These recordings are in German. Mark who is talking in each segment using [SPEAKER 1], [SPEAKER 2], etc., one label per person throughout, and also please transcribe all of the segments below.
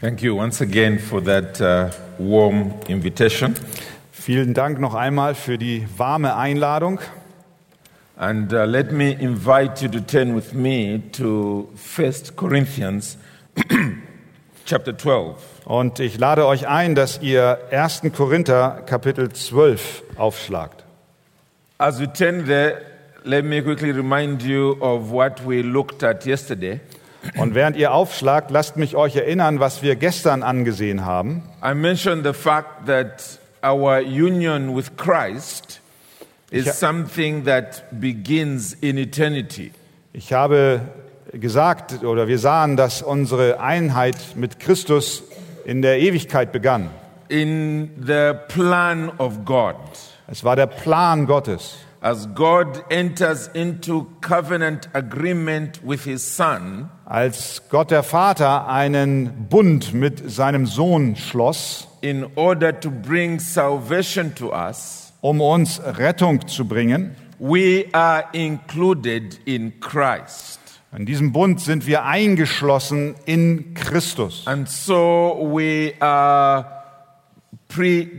[SPEAKER 1] Thank you once again for that uh, warm invitation.
[SPEAKER 2] Vielen Dank noch einmal für die warme Einladung.
[SPEAKER 1] And uh, let me invite you to turn with me to 1 Corinthians chapter 12.
[SPEAKER 2] Und ich lade euch ein, dass ihr 1. Korinther Kapitel 12 aufschlagt.
[SPEAKER 1] As we turn there, let me quickly remind you of what we looked at yesterday.
[SPEAKER 2] Und während ihr aufschlagt, lasst mich euch erinnern, was wir gestern angesehen haben.
[SPEAKER 1] I mentioned the fact that our union with Christ is
[SPEAKER 2] Yeah.
[SPEAKER 1] something that begins in eternity.
[SPEAKER 2] Ich habe gesagt oder wir sahen, dass unsere Einheit mit Christus in der Ewigkeit begann.
[SPEAKER 1] in the plan of God.
[SPEAKER 2] Es war der Plan Gottes.
[SPEAKER 1] As God enters into covenant agreement with his son,
[SPEAKER 2] Als Gott der Vater einen Bund mit seinem Sohn schloss,
[SPEAKER 1] in order to bring salvation to us,
[SPEAKER 2] um uns Rettung zu bringen,
[SPEAKER 1] we are included in Christ.
[SPEAKER 2] in diesem Bund sind wir eingeschlossen in Christus.
[SPEAKER 1] And so we are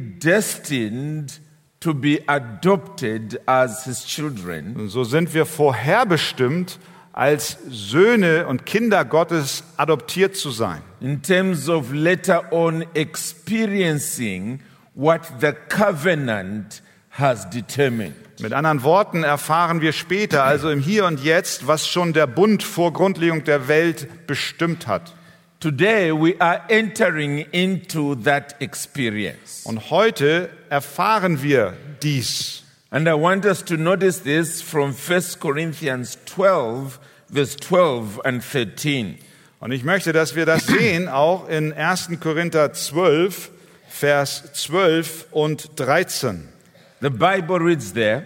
[SPEAKER 1] predestined to be adopted as his children
[SPEAKER 2] Und so sind wir vorherbestimmt, als Söhne und Kinder Gottes adoptiert zu sein.
[SPEAKER 1] in terms of later on experiencing what the covenant has determined.
[SPEAKER 2] Mit anderen Worten erfahren wir später, also im Hier und Jetzt, was schon der Bund vor Grundlegung der Welt bestimmt hat.
[SPEAKER 1] Today we are entering into that experience.
[SPEAKER 2] Und heute erfahren wir dies.
[SPEAKER 1] And I want us to notice this from 1 Corinthians 12, verse 12 and 13.
[SPEAKER 2] Und ich möchte, dass wir das sehen, auch in 1. Korinther 12, Vers 12 und 13.
[SPEAKER 1] The Bible reads there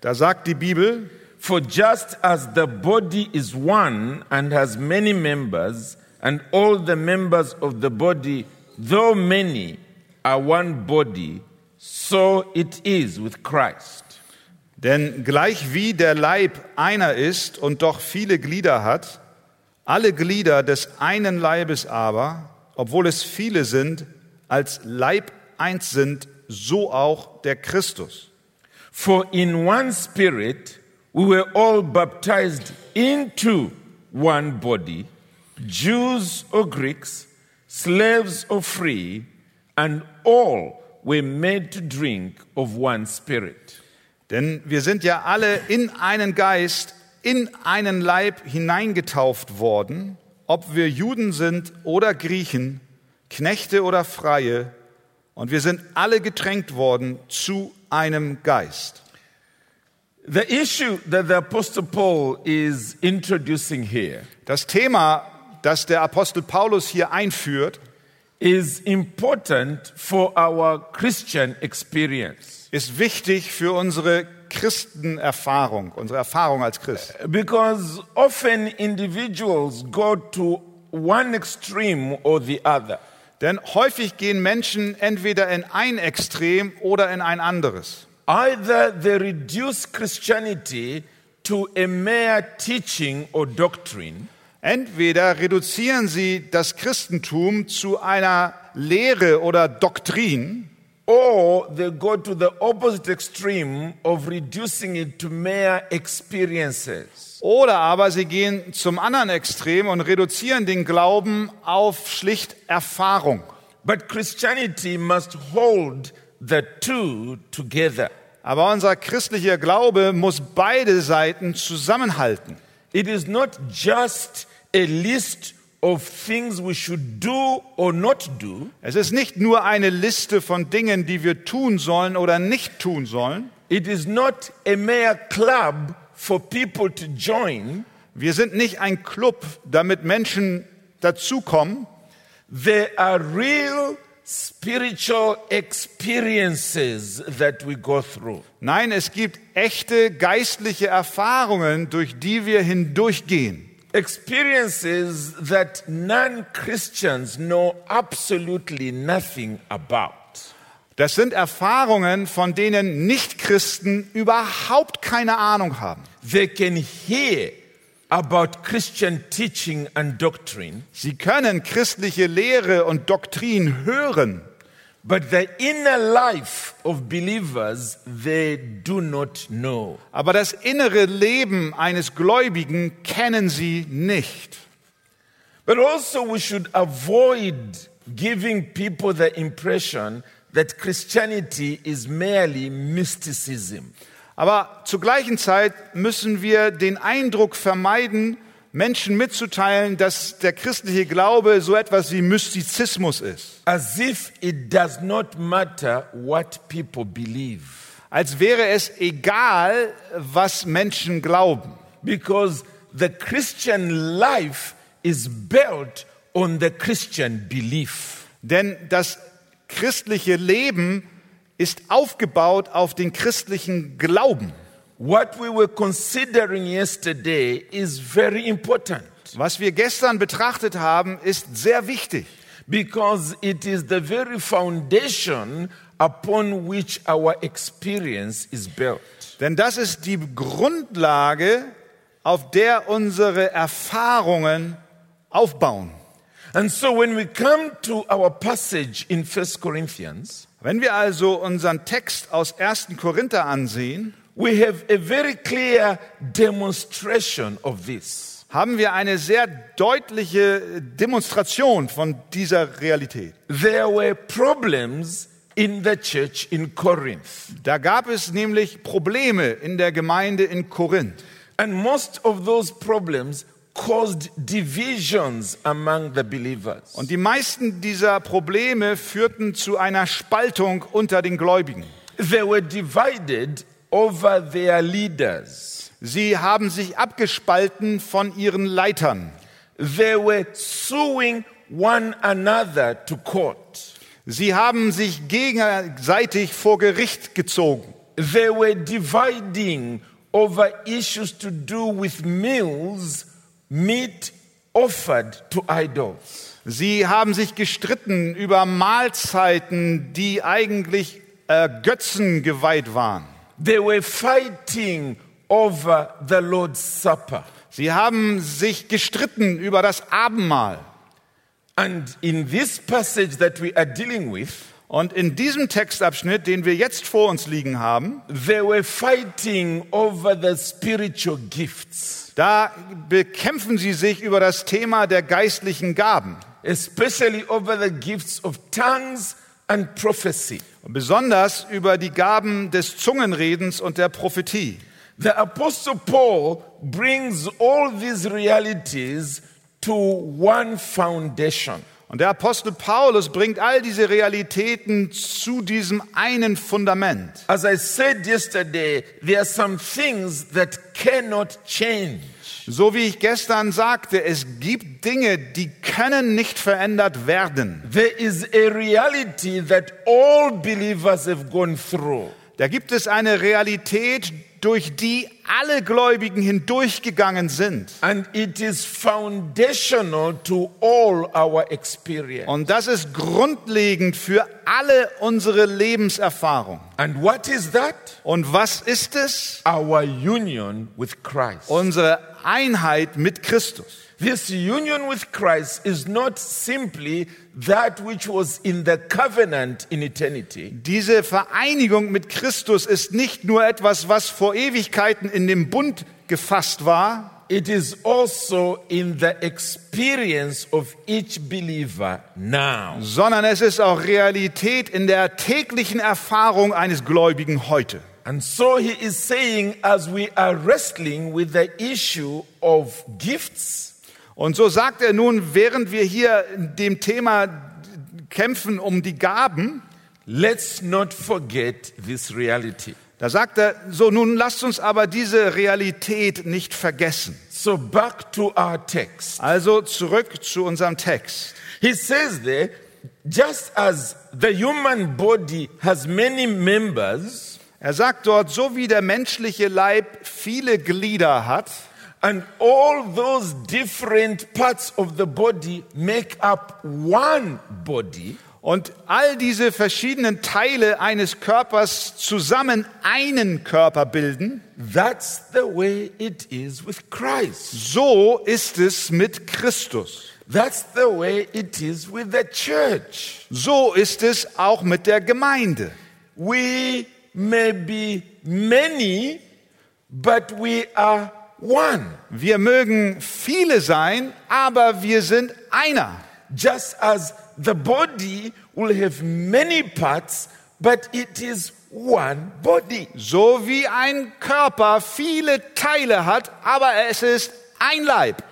[SPEAKER 2] Da sagt die Bibel,
[SPEAKER 1] For just as the body is one and has many members, and all the members of the body, though many, are one body, so it is with Christ.
[SPEAKER 2] Denn gleich wie der Leib einer ist und doch viele Glieder hat, alle Glieder des einen Leibes aber, obwohl es viele sind, als Leib eins sind, so auch der Christus.
[SPEAKER 1] For in one spirit we were all baptized into one body, Jews or Greeks, slaves or free, and all were made to drink of one spirit.
[SPEAKER 2] Denn wir sind ja alle in einen Geist, in einen Leib hineingetauft worden, ob wir Juden sind oder Griechen, Knechte oder Freie, und wir sind alle getränkt worden zu einem Geist.
[SPEAKER 1] The issue that the Apostle Paul is introducing here
[SPEAKER 2] Das Thema, das der Apostel Paulus hier einführt,
[SPEAKER 1] is important for our Christian experience
[SPEAKER 2] ist wichtig für unsere Christenerfahrung, unsere Erfahrung als Christ.
[SPEAKER 1] because often individuals go to one extreme or the other.
[SPEAKER 2] Denn häufig gehen Menschen entweder in ein Extrem oder in ein anderes.
[SPEAKER 1] Either they reduce Christianity to a mere teaching or doctrine,
[SPEAKER 2] Entweder reduzieren sie das Christentum zu einer Lehre oder Doktrin
[SPEAKER 1] or they go to the opposite extreme of reducing it to mere experiences.
[SPEAKER 2] oder aber sie gehen zum anderen Extrem und reduzieren den Glauben auf schlicht Erfahrung.
[SPEAKER 1] But Christianity must hold the two together.
[SPEAKER 2] Aber unser christlicher Glaube muss beide Seiten zusammenhalten.
[SPEAKER 1] It is not just a list of things we should do or not do,
[SPEAKER 2] Es ist nicht nur eine Liste von Dingen, die wir tun sollen oder nicht tun sollen.
[SPEAKER 1] it is not a mere club for people to join.
[SPEAKER 2] Wir sind nicht ein Club, damit Menschen dazukommen,
[SPEAKER 1] There are real spiritual experiences that we go through.
[SPEAKER 2] Nein, es gibt echte geistliche Erfahrungen, durch die wir hindurchgehen.
[SPEAKER 1] Experiences that non Christians know absolutely nothing about.
[SPEAKER 2] Das sind Erfahrungen, von denen Nichtchristen überhaupt keine Ahnung haben.
[SPEAKER 1] They can hear about Christian teaching and doctrine,
[SPEAKER 2] Sie können christliche Lehre und Doktrin hören,
[SPEAKER 1] but the inner life of believers they do not know.
[SPEAKER 2] aber das innere Leben eines Gläubigen kennen Sie nicht.
[SPEAKER 1] But also, we should avoid giving people the impression that Christianity is merely mysticism.
[SPEAKER 2] Aber zur gleichen Zeit müssen wir den Eindruck vermeiden, Menschen mitzuteilen, dass der christliche Glaube so etwas wie Mystizismus ist.
[SPEAKER 1] as if it does not matter what people believe.
[SPEAKER 2] Als wäre es egal, was Menschen glauben.
[SPEAKER 1] Because the Christian life is built on the Christian belief.
[SPEAKER 2] Denn das christliche Leben ist aufgebaut auf den christlichen Glauben.
[SPEAKER 1] What we were considering yesterday is very important
[SPEAKER 2] Was wir gestern betrachtet haben, ist sehr wichtig,
[SPEAKER 1] because it is the very foundation upon which our experience is built.
[SPEAKER 2] denn das ist die Grundlage, auf der unsere Erfahrungen aufbauen.
[SPEAKER 1] And so when we come to our passage in First Corinthians,
[SPEAKER 2] Wenn wir also unseren Text aus 1. Korinther ansehen,
[SPEAKER 1] We have a very clear demonstration of this.
[SPEAKER 2] haben wir eine sehr deutliche Demonstration von dieser Realität.
[SPEAKER 1] There were problems in the church in Corinth,
[SPEAKER 2] Da gab es nämlich Probleme in der Gemeinde in Korinth.
[SPEAKER 1] and most of those problems caused divisions among the believers.
[SPEAKER 2] Und die meisten dieser Probleme führten zu einer Spaltung unter den Gläubigen.
[SPEAKER 1] They were divided over their leaders.
[SPEAKER 2] Sie haben sich abgespalten von ihren Leitern.
[SPEAKER 1] They were suing one another to court.
[SPEAKER 2] Sie haben sich gegenseitig vor Gericht gezogen.
[SPEAKER 1] They were dividing over issues to do with meals, meat offered to idols.
[SPEAKER 2] Sie haben sich gestritten über Mahlzeiten, die eigentlich äh, Götzen geweiht waren.
[SPEAKER 1] They were fighting over the Lord's Supper.
[SPEAKER 2] Sie haben sich gestritten über das Abendmahl.
[SPEAKER 1] And in this passage that we are dealing with,
[SPEAKER 2] Und in diesem Textabschnitt, den wir jetzt vor uns liegen haben,
[SPEAKER 1] they were fighting over the spiritual gifts,
[SPEAKER 2] da bekämpfen sie sich über das Thema der geistlichen Gaben,
[SPEAKER 1] especially over the gifts of tongues and prophecy.
[SPEAKER 2] besonders über die Gaben des Zungenredens und der Prophetie.
[SPEAKER 1] The Apostle Paul brings all these realities to one foundation.
[SPEAKER 2] Und der Apostel Paulus bringt all diese Realitäten zu diesem einen Fundament.
[SPEAKER 1] As I said yesterday, there are some things that cannot change.
[SPEAKER 2] So wie ich gestern sagte, es gibt Dinge, die können nicht verändert werden.
[SPEAKER 1] There is a reality that all believers have gone through.
[SPEAKER 2] Da gibt es eine Realität, durch die alle Gläubigen hindurchgegangen sind.
[SPEAKER 1] And it is foundational to all our experience.
[SPEAKER 2] Und das ist grundlegend für alle unsere Lebenserfahrung.
[SPEAKER 1] And what is that?
[SPEAKER 2] Und was ist es?
[SPEAKER 1] Our union with Christ.
[SPEAKER 2] Unsere Einheit mit Christus.
[SPEAKER 1] This union with Christ is not simply that which was in the covenant in eternity,
[SPEAKER 2] Diese Vereinigung mit Christus ist nicht nur etwas, was vor Ewigkeiten in dem Bund gefasst war,
[SPEAKER 1] it is also in the experience of each believer now.
[SPEAKER 2] sondern es ist auch Realität in der täglichen Erfahrung eines Gläubigen heute.
[SPEAKER 1] And so he is saying, as we are wrestling with the issue of gifts,
[SPEAKER 2] Und so sagt er nun, während wir hier in dem Thema kämpfen um die Gaben,
[SPEAKER 1] let's not forget this reality.
[SPEAKER 2] Da sagt er, so nun lasst uns aber diese Realität nicht vergessen.
[SPEAKER 1] So back to our text.
[SPEAKER 2] Also zurück zu unserem Text.
[SPEAKER 1] He says there, just as the human body has many members,
[SPEAKER 2] Er sagt dort, so wie der menschliche Leib viele Glieder hat,
[SPEAKER 1] And all those different parts of the body make up one body.
[SPEAKER 2] Und all diese verschiedenen Teile eines Körpers zusammen einen Körper bilden,
[SPEAKER 1] That's the way it is with Christ.
[SPEAKER 2] so ist es mit Christus.
[SPEAKER 1] That's the way it is with the church.
[SPEAKER 2] So ist es auch mit der Gemeinde.
[SPEAKER 1] We may be many, but we are one.
[SPEAKER 2] Wir mögen viele sein, aber wir sind einer.
[SPEAKER 1] Just as the body will have many parts, but it is one body.
[SPEAKER 2] So wie ein Körper viele Teile hat, aber es ist ein Leib.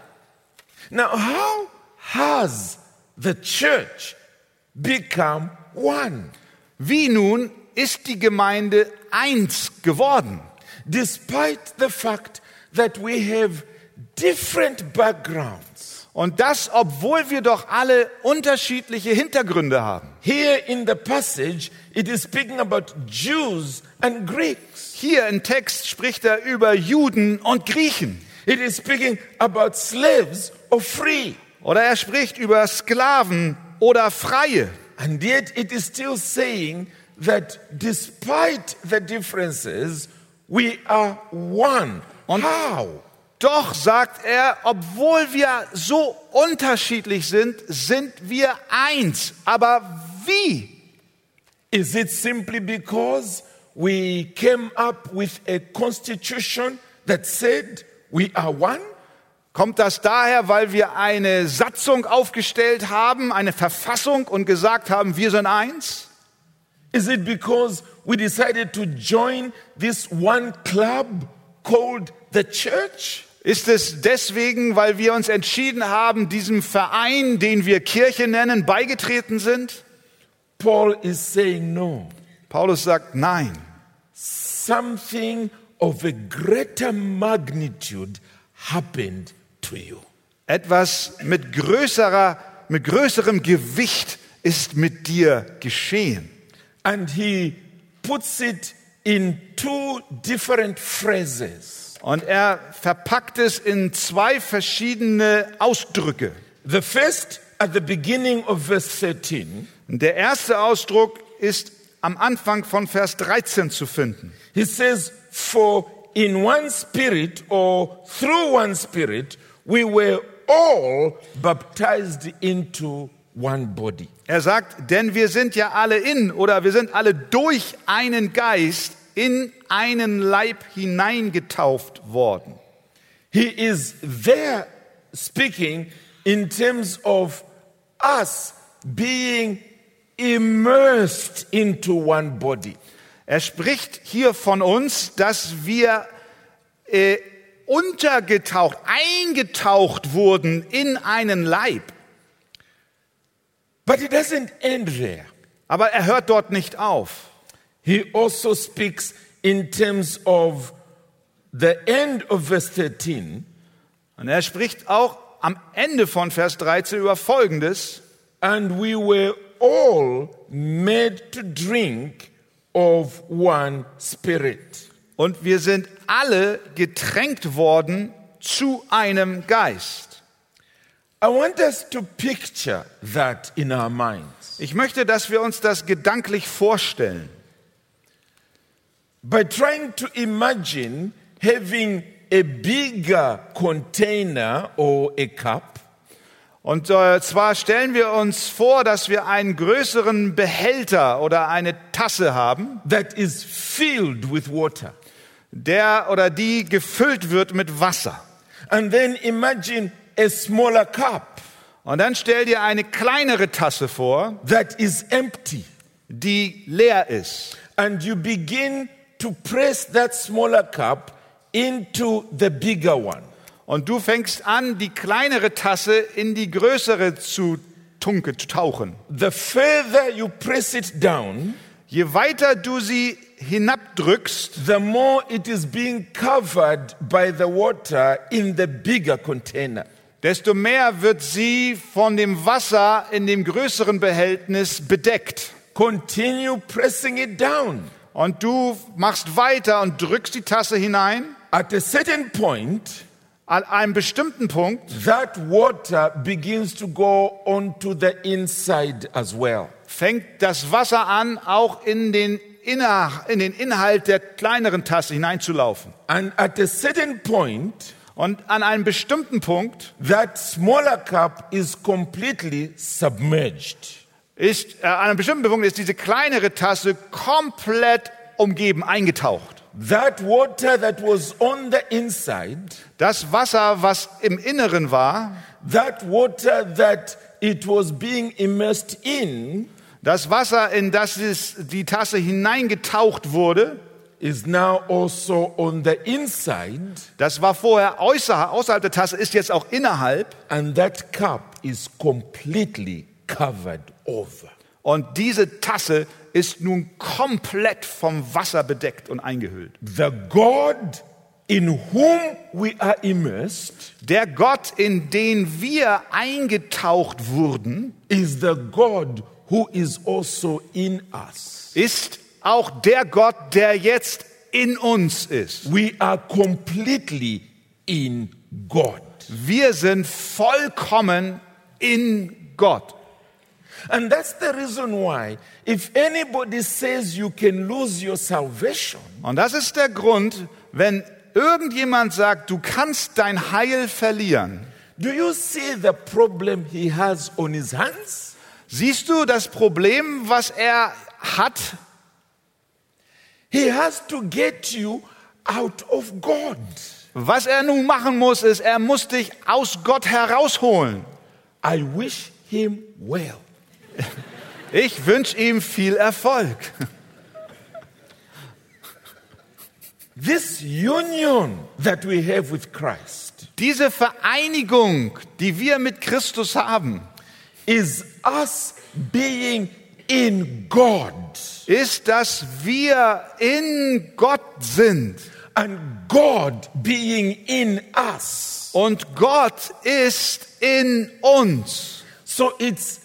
[SPEAKER 1] Now, how has the church become one?
[SPEAKER 2] Wie nun ist die Gemeinde eins geworden?
[SPEAKER 1] Despite the fact that we have different backgrounds.
[SPEAKER 2] Und das, obwohl wir doch alle unterschiedliche Hintergründe haben.
[SPEAKER 1] Here in the passage, it is speaking about Jews and Greeks.
[SPEAKER 2] Hier im Text spricht er über Juden und Griechen.
[SPEAKER 1] It is speaking about slaves or free.
[SPEAKER 2] Oder er spricht über Sklaven oder Freie.
[SPEAKER 1] And yet it is still saying that despite the differences, we are one.
[SPEAKER 2] Und-
[SPEAKER 1] How?
[SPEAKER 2] Doch, sagt er, obwohl wir so unterschiedlich sind, sind wir eins. Aber wie?
[SPEAKER 1] Is it simply because we came up with a constitution that said we are one?
[SPEAKER 2] Kommt das daher, weil wir eine Satzung aufgestellt haben, eine Verfassung und gesagt haben, wir sind eins?
[SPEAKER 1] Is it because we decided to join this one club called the church?
[SPEAKER 2] Ist es deswegen, weil wir uns entschieden haben, diesem Verein, den wir Kirche nennen, beigetreten sind?
[SPEAKER 1] Paul is saying no.
[SPEAKER 2] Paulus sagt nein.
[SPEAKER 1] Something of a greater magnitude happened to you.
[SPEAKER 2] Etwas mit größerer, mit größerem Gewicht ist mit dir geschehen.
[SPEAKER 1] And he puts it in two different phrases.
[SPEAKER 2] Und er verpackt es in zwei verschiedene Ausdrücke.
[SPEAKER 1] The first at the beginning of verse 13.
[SPEAKER 2] Und Der erste Ausdruck ist am Anfang von Vers 13 zu finden.
[SPEAKER 1] He says, For in one spirit or through one spirit, we were all baptized into one body.
[SPEAKER 2] Er sagt, denn wir sind ja alle in oder wir sind alle durch einen Geist in einen Leib hineingetauft worden.
[SPEAKER 1] He is there speaking in terms of us being immersed into one body.
[SPEAKER 2] Er spricht hier von uns, dass wir äh, untergetaucht, eingetaucht wurden in einen Leib.
[SPEAKER 1] But it doesn't end there.
[SPEAKER 2] Aber er hört dort nicht auf.
[SPEAKER 1] He also speaks in terms of the end of verse 13.
[SPEAKER 2] Und er spricht auch am Ende von Vers 13 über Folgendes.
[SPEAKER 1] And we were all made to drink of one spirit.
[SPEAKER 2] Und wir sind alle getränkt worden zu einem Geist.
[SPEAKER 1] I want us to picture that in our minds.
[SPEAKER 2] Ich möchte, dass wir uns das gedanklich vorstellen.
[SPEAKER 1] By trying to imagine having a bigger container or a cup,
[SPEAKER 2] Und äh, zwar stellen wir uns vor, dass wir einen größeren Behälter oder eine Tasse haben,
[SPEAKER 1] that is filled with water.
[SPEAKER 2] der oder die gefüllt wird mit Wasser.
[SPEAKER 1] And then imagine a smaller cup
[SPEAKER 2] Und dann stell dir eine kleinere Tasse vor,
[SPEAKER 1] that is empty.
[SPEAKER 2] die leer ist.
[SPEAKER 1] And you begin to press that smaller cup into the bigger one.
[SPEAKER 2] Und du fängst an, die kleinere Tasse in die größere zu tunke, zu tauchen.
[SPEAKER 1] The further you press it down,
[SPEAKER 2] Je weiter du sie hinabdrückst,
[SPEAKER 1] the more it is being covered by the water in the bigger container.
[SPEAKER 2] desto mehr wird sie von dem Wasser in dem größeren Behältnis bedeckt.
[SPEAKER 1] Continue pressing it down.
[SPEAKER 2] Und du machst weiter und drückst die Tasse hinein.
[SPEAKER 1] At a certain point,
[SPEAKER 2] An einem bestimmten Punkt
[SPEAKER 1] that water begins to go onto the inside as well.
[SPEAKER 2] fängt das Wasser an, auch in den, Inner, in den Inhalt der kleineren Tasse hineinzulaufen.
[SPEAKER 1] And at a certain point,
[SPEAKER 2] Und an einem bestimmten Punkt
[SPEAKER 1] that smaller cup is completely submerged.
[SPEAKER 2] ist, äh, an einem bestimmten Punkt ist diese kleinere Tasse komplett umgeben, eingetaucht.
[SPEAKER 1] That water that was on the inside,
[SPEAKER 2] Das Wasser, was im Inneren war,
[SPEAKER 1] that water that it was being immersed in,
[SPEAKER 2] das Wasser, in das es, die Tasse hineingetaucht wurde,
[SPEAKER 1] is now also on the inside,
[SPEAKER 2] das war vorher außer, außerhalb der Tasse, ist jetzt auch innerhalb.
[SPEAKER 1] and that cup is completely covered over.
[SPEAKER 2] Und diese Tasse ist nun komplett vom Wasser bedeckt und eingehüllt.
[SPEAKER 1] The God in whom we are immersed
[SPEAKER 2] Der Gott, in den wir eingetaucht wurden,
[SPEAKER 1] is the God who is also in us.
[SPEAKER 2] ist auch der Gott, der jetzt in uns ist.
[SPEAKER 1] We are completely in God.
[SPEAKER 2] Wir sind vollkommen in Gott.
[SPEAKER 1] And that's the reason why, if anybody says you can lose your salvation,
[SPEAKER 2] Und das ist der Grund, wenn irgendjemand sagt, du kannst dein Heil verlieren.
[SPEAKER 1] do you see the problem he has on his hands?
[SPEAKER 2] Siehst du das Problem, was er hat?
[SPEAKER 1] He has to get you out of God.
[SPEAKER 2] Was er nun machen muss, ist, er muss dich aus Gott herausholen.
[SPEAKER 1] I wish him well.
[SPEAKER 2] Ich wünsche ihm viel Erfolg.
[SPEAKER 1] This union that we have with Christ
[SPEAKER 2] Diese Vereinigung, die wir mit Christus haben,
[SPEAKER 1] is us being in God
[SPEAKER 2] ist, dass wir in Gott sind.
[SPEAKER 1] and God being in us.
[SPEAKER 2] Und Gott ist in uns.
[SPEAKER 1] So it's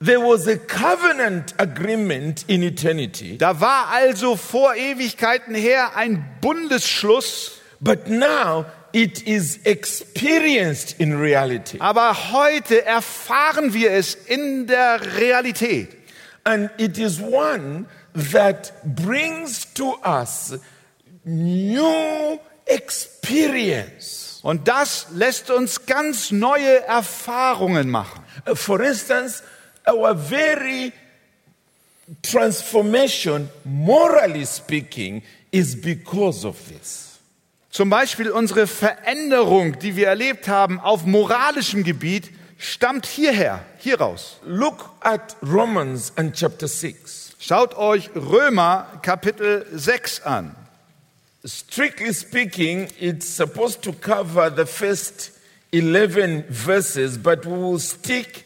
[SPEAKER 1] there was a covenant agreement in eternity,
[SPEAKER 2] Da war also vor Ewigkeiten her ein Bundesschluss,
[SPEAKER 1] but now it is experienced in reality.
[SPEAKER 2] aber heute erfahren wir es in der Realität.
[SPEAKER 1] And it is one that brings to us new experience.
[SPEAKER 2] Und das lässt uns ganz neue Erfahrungen machen.
[SPEAKER 1] Uh, For instance, our very transformation, morally speaking, is because of this.
[SPEAKER 2] Zum Beispiel unsere Veränderung, die wir erlebt haben auf moralischem Gebiet, stammt hierher, hieraus.
[SPEAKER 1] Look at Romans and chapter 6.
[SPEAKER 2] Schaut euch Römer Kapitel 6 an.
[SPEAKER 1] Strictly speaking, it's supposed to cover the first 11 verses, but we will stick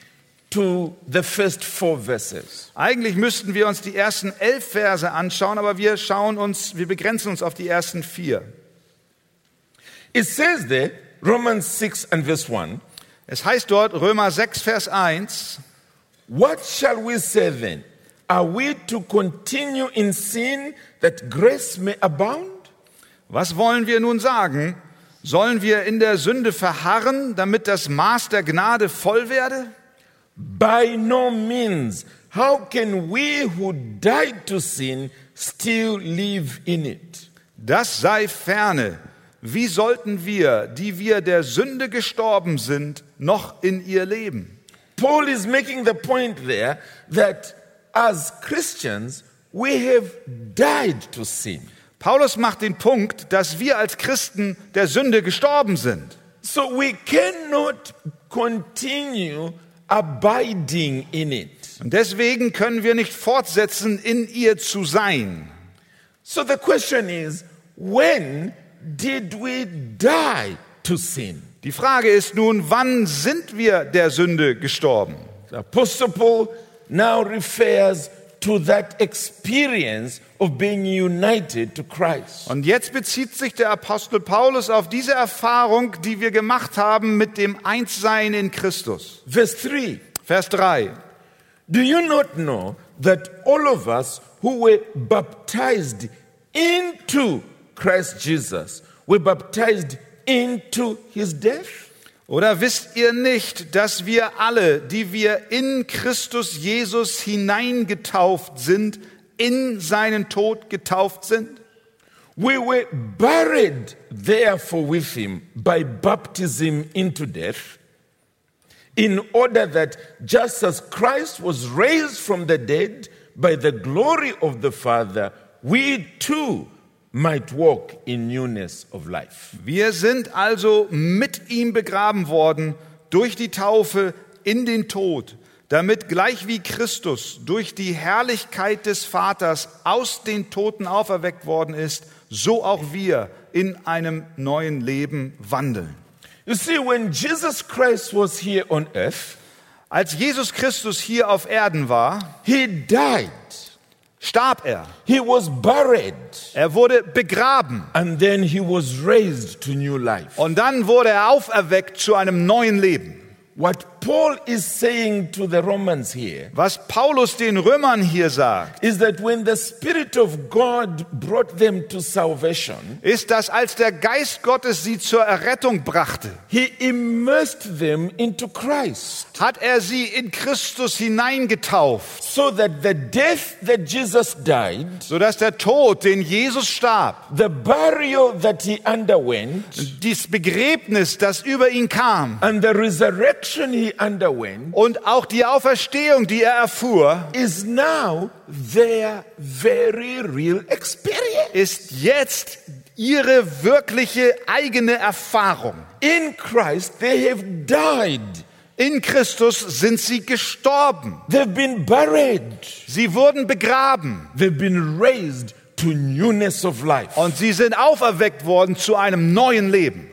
[SPEAKER 1] to the first four verses.
[SPEAKER 2] Eigentlich müssten wir uns die ersten elf Verse anschauen, aber wir schauen uns, wir begrenzen uns auf die ersten vier.
[SPEAKER 1] It says there, Romans 6 and verse 1,
[SPEAKER 2] Es heißt dort Römer 6, Vers 1,
[SPEAKER 1] What shall we say then? Are we to continue in sin that grace may abound?
[SPEAKER 2] was wollen wir nun sagen? Sollen wir in der Sünde verharren, damit das Maß der Gnade voll werde?
[SPEAKER 1] By no means. How can we who died to sin still live in it?
[SPEAKER 2] Das sei ferne. Wie sollten wir, die wir der Sünde gestorben sind, noch in ihr leben?
[SPEAKER 1] Paul is making the point there that as Christians, we have died to sin.
[SPEAKER 2] Paulus macht den Punkt, dass wir als Christen der Sünde gestorben sind.
[SPEAKER 1] So we cannot continue abiding in it.
[SPEAKER 2] Und deswegen können wir nicht fortsetzen, in ihr zu sein.
[SPEAKER 1] So the question is when did we die to sin?
[SPEAKER 2] Die Frage ist nun, wann sind wir der Sünde gestorben?
[SPEAKER 1] The Apostle Paul now refers to that experience of being united to Christ.
[SPEAKER 2] Und jetzt bezieht sich der Apostel Paulus auf diese Erfahrung, die wir gemacht haben mit dem Einssein in Christus.
[SPEAKER 1] Verse 3
[SPEAKER 2] Vers 3.
[SPEAKER 1] Do you not know that all of us who were baptized into Christ Jesus were baptized into his death?
[SPEAKER 2] Oder wisst ihr nicht, dass wir alle, die wir in Christus Jesus hineingetauft sind, in seinen Tod getauft sind?
[SPEAKER 1] We were buried, therefore, with him by baptism into death, in order that just as Christ was raised from the dead by the glory of the Father, we too might walk in newness of life.
[SPEAKER 2] Wir sind also mit ihm begraben worden durch die Taufe in den Tod, damit gleich wie Christus durch die Herrlichkeit des Vaters aus den Toten auferweckt worden ist, so auch wir in einem neuen Leben wandeln.
[SPEAKER 1] You see, when Jesus Christ was here on earth,
[SPEAKER 2] Als Jesus Christus hier auf Erden war,
[SPEAKER 1] he died,
[SPEAKER 2] starb er.
[SPEAKER 1] he was buried,
[SPEAKER 2] Er wurde begraben
[SPEAKER 1] and then he was raised to new life.
[SPEAKER 2] und dann wurde er auferweckt zu einem neuen Leben.
[SPEAKER 1] What Paul is saying to the Romans here
[SPEAKER 2] Was Paulus den Römern hier sagt,
[SPEAKER 1] is that when the Spirit of God brought them to salvation,
[SPEAKER 2] ist, dass als der Geist Gottes sie zur Errettung brachte,
[SPEAKER 1] he immersed them into Christ
[SPEAKER 2] hat er sie in Christus hineingetauft,
[SPEAKER 1] so that the death that Jesus died,
[SPEAKER 2] sodass der Tod, den Jesus starb,
[SPEAKER 1] the burial that he underwent,
[SPEAKER 2] dies Begräbnis, das über ihn kam,
[SPEAKER 1] and the resurrection he underwent
[SPEAKER 2] und auch die Auferstehung, die er erfuhr,
[SPEAKER 1] is now their very real experience.
[SPEAKER 2] ist jetzt ihre wirkliche eigene Erfahrung.
[SPEAKER 1] In Christ, they have died,
[SPEAKER 2] In Christus sind sie gestorben.
[SPEAKER 1] they've been buried.
[SPEAKER 2] Sie wurden begraben
[SPEAKER 1] They've been raised to newness of life.
[SPEAKER 2] und sie sind auferweckt worden zu einem neuen Leben.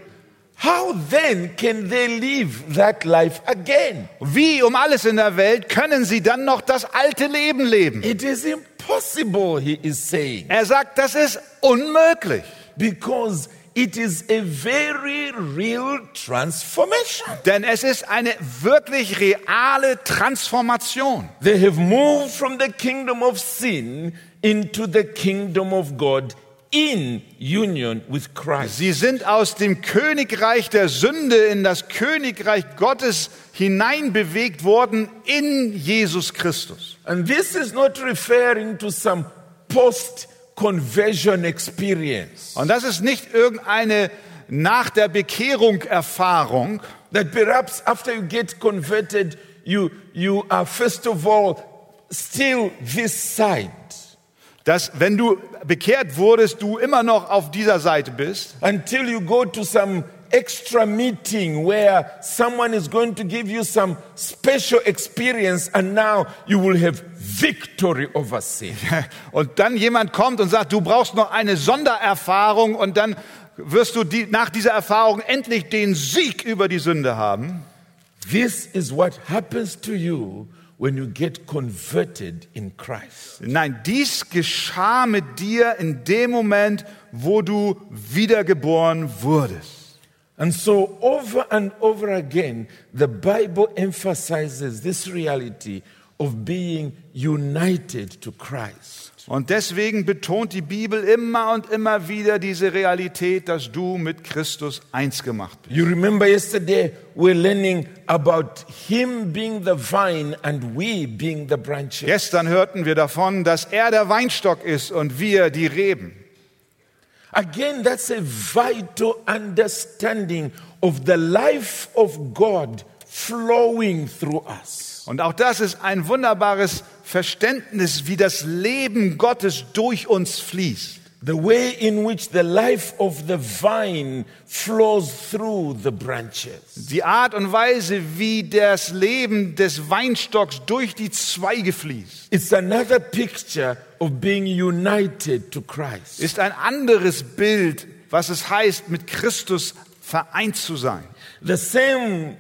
[SPEAKER 1] How then can they live that life again?
[SPEAKER 2] Wie um alles in der Welt können sie dann noch das alte Leben leben?
[SPEAKER 1] It is impossible, he is saying,
[SPEAKER 2] Er sagt, das ist unmöglich,
[SPEAKER 1] because it is a very real transformation.
[SPEAKER 2] denn es ist eine wirklich reale Transformation.
[SPEAKER 1] They have moved from the kingdom of sin into the kingdom of God in union with Christ.
[SPEAKER 2] Sie sind aus dem Königreich der Sünde in das Königreich Gottes hineinbewegt worden in Jesus Christus.
[SPEAKER 1] And this is not referring to some post conversion experience.
[SPEAKER 2] Und das ist nicht irgendeine nach der Bekehrung Erfahrung,
[SPEAKER 1] That perhaps after you get converted, you, you are first of all still this side.
[SPEAKER 2] dass wenn du bekehrt wurdest, du immer noch auf dieser Seite bist,
[SPEAKER 1] Until you go to some extra meeting where someone is going to give you some special experience and now you will have victory over sin.
[SPEAKER 2] Und dann jemand kommt und sagt, du brauchst noch eine Sondererfahrung und dann wirst du die, nach dieser Erfahrung endlich den Sieg über die Sünde haben.
[SPEAKER 1] This is what happens to you when you get converted in Christ.
[SPEAKER 2] Nein, dies geschah mit dir in dem Moment, wo du wiedergeboren wurdest.
[SPEAKER 1] And so over and over again, the Bible emphasizes this reality of being united to Christ.
[SPEAKER 2] Und deswegen betont die Bibel immer und immer wieder diese Realität, dass du mit Christus eins gemacht bist.
[SPEAKER 1] You remember yesterday we're learning about him being the vine and we being the branches.
[SPEAKER 2] Gestern hörten wir davon, dass er der Weinstock ist und wir die Reben.
[SPEAKER 1] Again, that's a vital understanding of the life of God flowing through us.
[SPEAKER 2] Und auch das ist ein wunderbares Verständnis, wie das Leben Gottes durch uns fließt.
[SPEAKER 1] The way in which the life of the vine flows through the branches.
[SPEAKER 2] Die Art und Weise, wie das Leben des Weinstocks durch die Zweige fließt,
[SPEAKER 1] It's another picture of being united to Christ.
[SPEAKER 2] ist ein anderes Bild, was es heißt, mit Christus vereint zu sein.
[SPEAKER 1] The same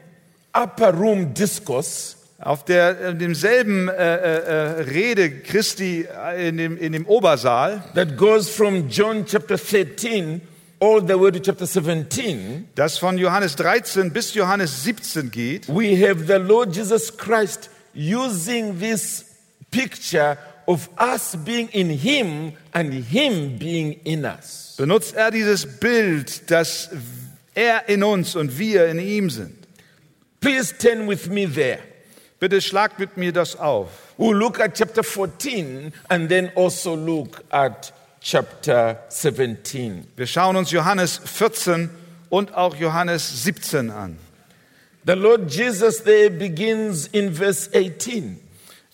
[SPEAKER 1] upper room discourse
[SPEAKER 2] Auf der, in demselben äh, äh, äh, Rede Christi äh, in dem, in dem Obersaal,
[SPEAKER 1] that goes from John chapter 13 all the way to chapter 17.
[SPEAKER 2] das von Johannes 13 bis Johannes 17 geht,
[SPEAKER 1] we have the Lord Jesus Christ using this picture of us being in Him and Him being in us.
[SPEAKER 2] benutzt er dieses Bild, dass Er in uns und wir in ihm sind.
[SPEAKER 1] Please turn with me there.
[SPEAKER 2] Bitte schlagt mit mir das auf.
[SPEAKER 1] We'll look at chapter 14 and then also look at chapter 17.
[SPEAKER 2] Wir schauen uns Johannes 14 und auch Johannes 17 an.
[SPEAKER 1] The Lord Jesus there begins in verse 18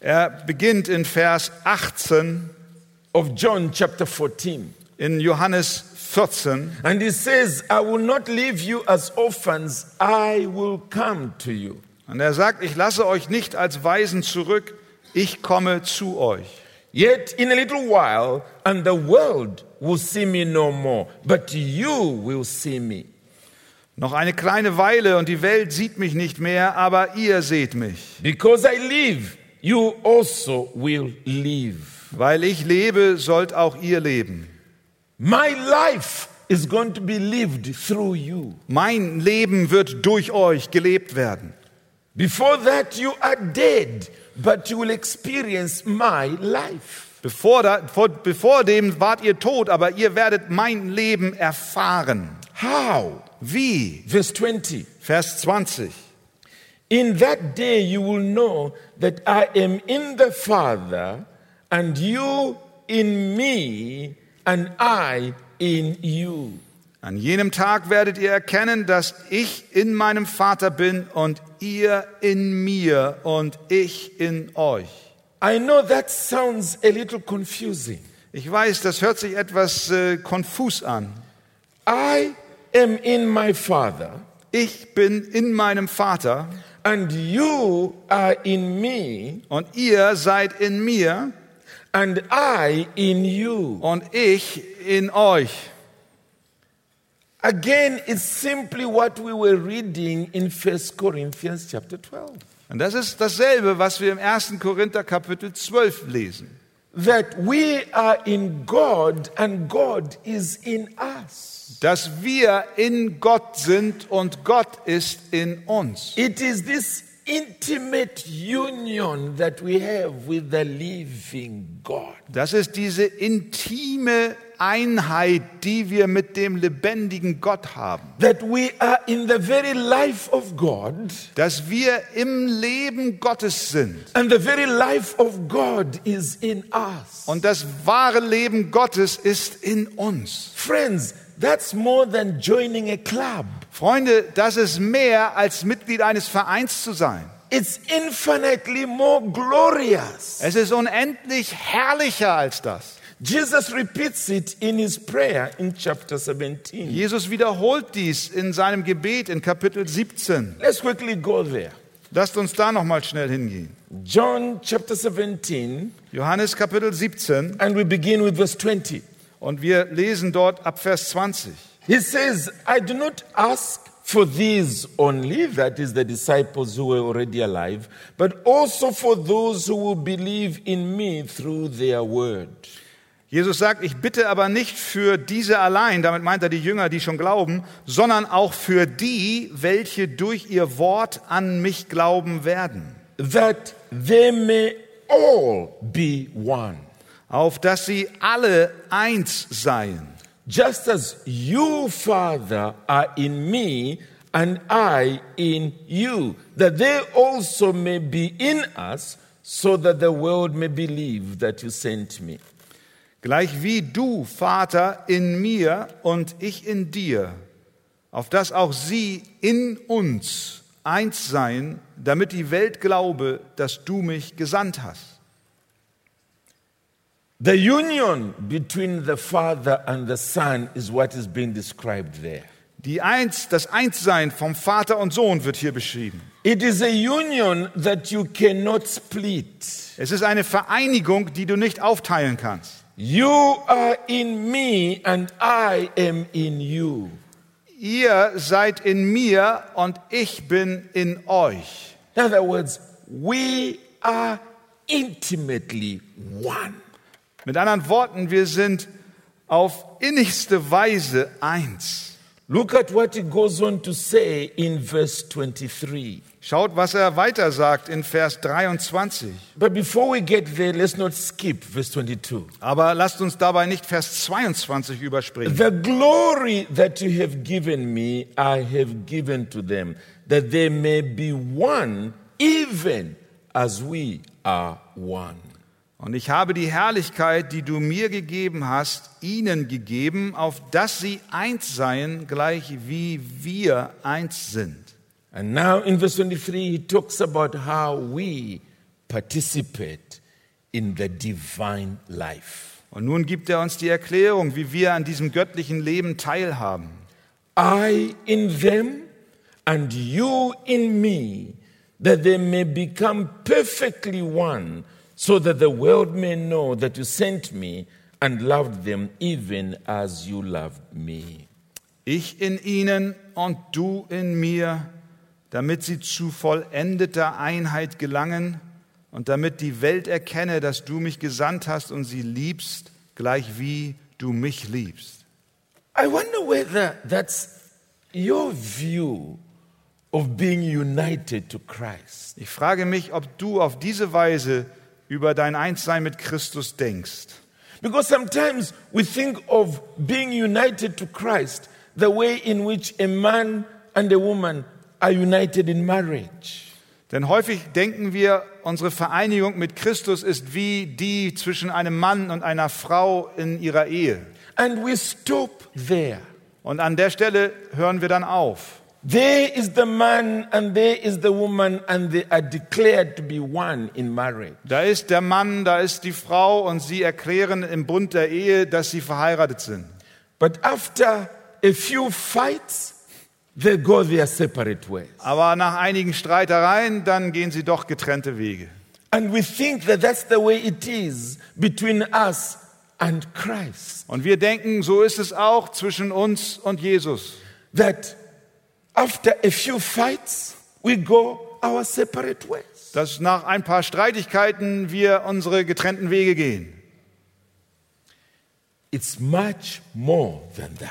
[SPEAKER 2] Er beginnt in Vers 18
[SPEAKER 1] of John chapter 14.
[SPEAKER 2] in Johannes 14
[SPEAKER 1] And he says, I will not leave you as orphans, I will come to you.
[SPEAKER 2] und er sagt, ich lasse euch nicht als Waisen zurück, ich komme zu euch.
[SPEAKER 1] Yet in a little while, and the world will see me no more, but you will see me.
[SPEAKER 2] Noch eine kleine Weile und die Welt sieht mich nicht mehr, aber ihr seht mich.
[SPEAKER 1] Because I live, you also will live.
[SPEAKER 2] Weil ich lebe, sollt auch ihr leben.
[SPEAKER 1] My life is going to be lived through you.
[SPEAKER 2] Mein Leben wird durch euch gelebt werden.
[SPEAKER 1] Before that, you are dead, but you will experience my life.
[SPEAKER 2] Bevor, da, vor, bevor dem wart ihr tot, aber ihr werdet mein Leben erfahren.
[SPEAKER 1] How?
[SPEAKER 2] Wie?
[SPEAKER 1] Verse 20.
[SPEAKER 2] Vers 20.
[SPEAKER 1] In that day you will know that I am in the Father, and you in me, and I in you.
[SPEAKER 2] An jenem Tag werdet ihr erkennen, dass ich in meinem Vater bin und ihr in mir und ich in euch.
[SPEAKER 1] I know that sounds a little confusing.
[SPEAKER 2] Ich weiß, das hört sich etwas äh, konfus an.
[SPEAKER 1] I am in my Father,
[SPEAKER 2] Ich bin in meinem Vater
[SPEAKER 1] and you are in me,
[SPEAKER 2] und ihr seid in mir
[SPEAKER 1] and I in you.
[SPEAKER 2] und ich in euch.
[SPEAKER 1] Again, it's simply what we were reading in 1 Corinthians chapter 12.
[SPEAKER 2] Und das ist dasselbe, was wir im 1. Korinther Kapitel 12 lesen.
[SPEAKER 1] that we are in God and God is in us.
[SPEAKER 2] Dass wir in Gott sind und Gott ist in uns.
[SPEAKER 1] It is this intimate union that we have with the living God.
[SPEAKER 2] Das ist diese intime Einheit, die wir mit dem lebendigen Gott haben.
[SPEAKER 1] That we are in the very life of God,
[SPEAKER 2] Dass wir im Leben Gottes sind.
[SPEAKER 1] and the very life of God is in us.
[SPEAKER 2] Und das wahre Leben Gottes ist in uns.
[SPEAKER 1] Friends, that's more than joining a club.
[SPEAKER 2] Freunde, das ist mehr als Mitglied eines Vereins zu sein.
[SPEAKER 1] It's infinitely more glorious.
[SPEAKER 2] Es ist unendlich herrlicher als das.
[SPEAKER 1] Jesus repeats it in his prayer in chapter 17.
[SPEAKER 2] Jesus wiederholt dies in seinem Gebet in Kapitel 17.
[SPEAKER 1] Let's quickly go there.
[SPEAKER 2] Lasst uns da noch mal schnell hingehen.
[SPEAKER 1] John chapter 17,
[SPEAKER 2] Johannes Kapitel 17
[SPEAKER 1] and we begin with verse 20.
[SPEAKER 2] und wir lesen dort ab Vers 20.
[SPEAKER 1] He says, I do not ask for these only, that is, the disciples who were already alive, but also for those who will believe in me through their word.
[SPEAKER 2] Jesus sagt, ich bitte aber nicht für diese allein, damit meint er die Jünger, die schon glauben, sondern auch für die, welche durch ihr Wort an mich glauben werden,
[SPEAKER 1] That they may all be one,
[SPEAKER 2] auf dass sie alle eins seien,
[SPEAKER 1] just as you, Father, are in me and I in you, that they also may be in us, so that the world may believe that you sent me.
[SPEAKER 2] gleich wie du, Vater, in mir und ich in dir, auf dass auch sie in uns eins seien, damit die Welt glaube, dass du mich gesandt hast.
[SPEAKER 1] The union between the Father and the Son is what is being described there.
[SPEAKER 2] Die eins, das Einssein vom Vater und Sohn wird hier beschrieben.
[SPEAKER 1] It is a union that you cannot split.
[SPEAKER 2] Es ist eine Vereinigung, die du nicht aufteilen kannst.
[SPEAKER 1] You are in me and I am in you.
[SPEAKER 2] Ihr seid in mir und ich bin in euch.
[SPEAKER 1] In other words, we are intimately one.
[SPEAKER 2] Mit anderen Worten, wir sind auf innigste Weise eins.
[SPEAKER 1] Look at what he goes on to say in verse 23.
[SPEAKER 2] Schaut, was er weiter sagt in Vers 23.
[SPEAKER 1] But before we get there, let's not skip verse 22.
[SPEAKER 2] Aber lasst uns dabei nicht Vers 22 überspringen.
[SPEAKER 1] The glory that you have given me, I have given to them, that they may be one, even as we are one.
[SPEAKER 2] Und ich habe die Herrlichkeit, die du mir gegeben hast, ihnen gegeben, auf dass sie eins seien, gleich wie wir eins sind.
[SPEAKER 1] And now in verse 23, he talks about how we participate in the divine life.
[SPEAKER 2] Und nun gibt er uns die Erklärung, wie wir an diesem göttlichen Leben teilhaben.
[SPEAKER 1] I in them and you in me, that they may become perfectly one, so that the world may know that you sent me and loved them even as you loved me.
[SPEAKER 2] Ich in ihnen und du in mir, damit sie zu vollendeter Einheit gelangen und damit die Welt erkenne, dass du mich gesandt hast und sie liebst, gleich wie du mich liebst.
[SPEAKER 1] I wonder whether that's your view of being united to Christ.
[SPEAKER 2] Ich frage mich, ob du auf diese Weise über dein Einssein mit Christus denkst.
[SPEAKER 1] Because sometimes we think of being united to Christ the way in which a man and a woman are united in marriage.
[SPEAKER 2] Denn häufig denken wir, unsere Vereinigung mit Christus ist wie die zwischen einem Mann und einer Frau in ihrer Ehe.
[SPEAKER 1] And we stop there.
[SPEAKER 2] Und an der Stelle hören wir dann auf.
[SPEAKER 1] There is the man and there is the woman, and they are declared to be one in marriage.
[SPEAKER 2] Da ist der Mann, da ist die Frau und sie erklären im Bund der Ehe, dass sie verheiratet sind.
[SPEAKER 1] But after a few fights, they go their separate ways.
[SPEAKER 2] Aber nach einigen Streitereien, dann gehen sie doch getrennte Wege.
[SPEAKER 1] And we think that that's the way it is between us and Christ.
[SPEAKER 2] Und wir denken, so ist es auch zwischen uns und Jesus.
[SPEAKER 1] that after a few fights, we go our separate ways.
[SPEAKER 2] Dass nach ein paar Streitigkeiten wir unsere getrennten Wege gehen.
[SPEAKER 1] It's much more than that.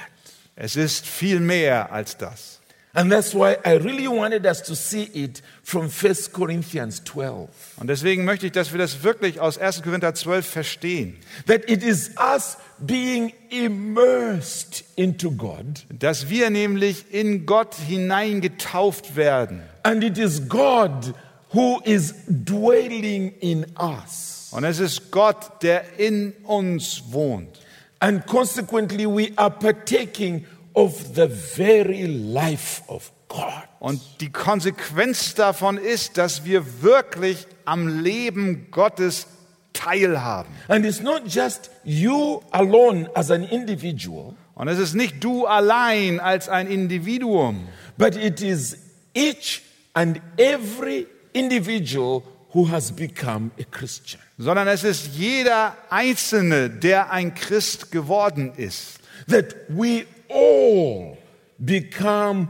[SPEAKER 2] Es ist viel mehr als das.
[SPEAKER 1] And that's why I really wanted us to see it from 1 Corinthians 12
[SPEAKER 2] Und deswegen möchte ich, dass wir das wirklich aus 1. Korinther 12 verstehen.
[SPEAKER 1] that it is us being immersed into God,
[SPEAKER 2] Dass wir nämlich in Gott hineingetauft werden.
[SPEAKER 1] and it is God who is dwelling in us.
[SPEAKER 2] Und es ist Gott, der in uns wohnt.
[SPEAKER 1] And consequently, we are partaking of the very life of God.
[SPEAKER 2] Und die Konsequenz davon ist, dass wir wirklich am Leben Gottes teilhaben.
[SPEAKER 1] And it's not just you alone as an individual,
[SPEAKER 2] Und es ist nicht du allein als ein Individuum,
[SPEAKER 1] but it is each and every individual who has become a Christian.
[SPEAKER 2] sondern es ist jeder Einzelne, der ein Christ geworden ist.
[SPEAKER 1] That we all become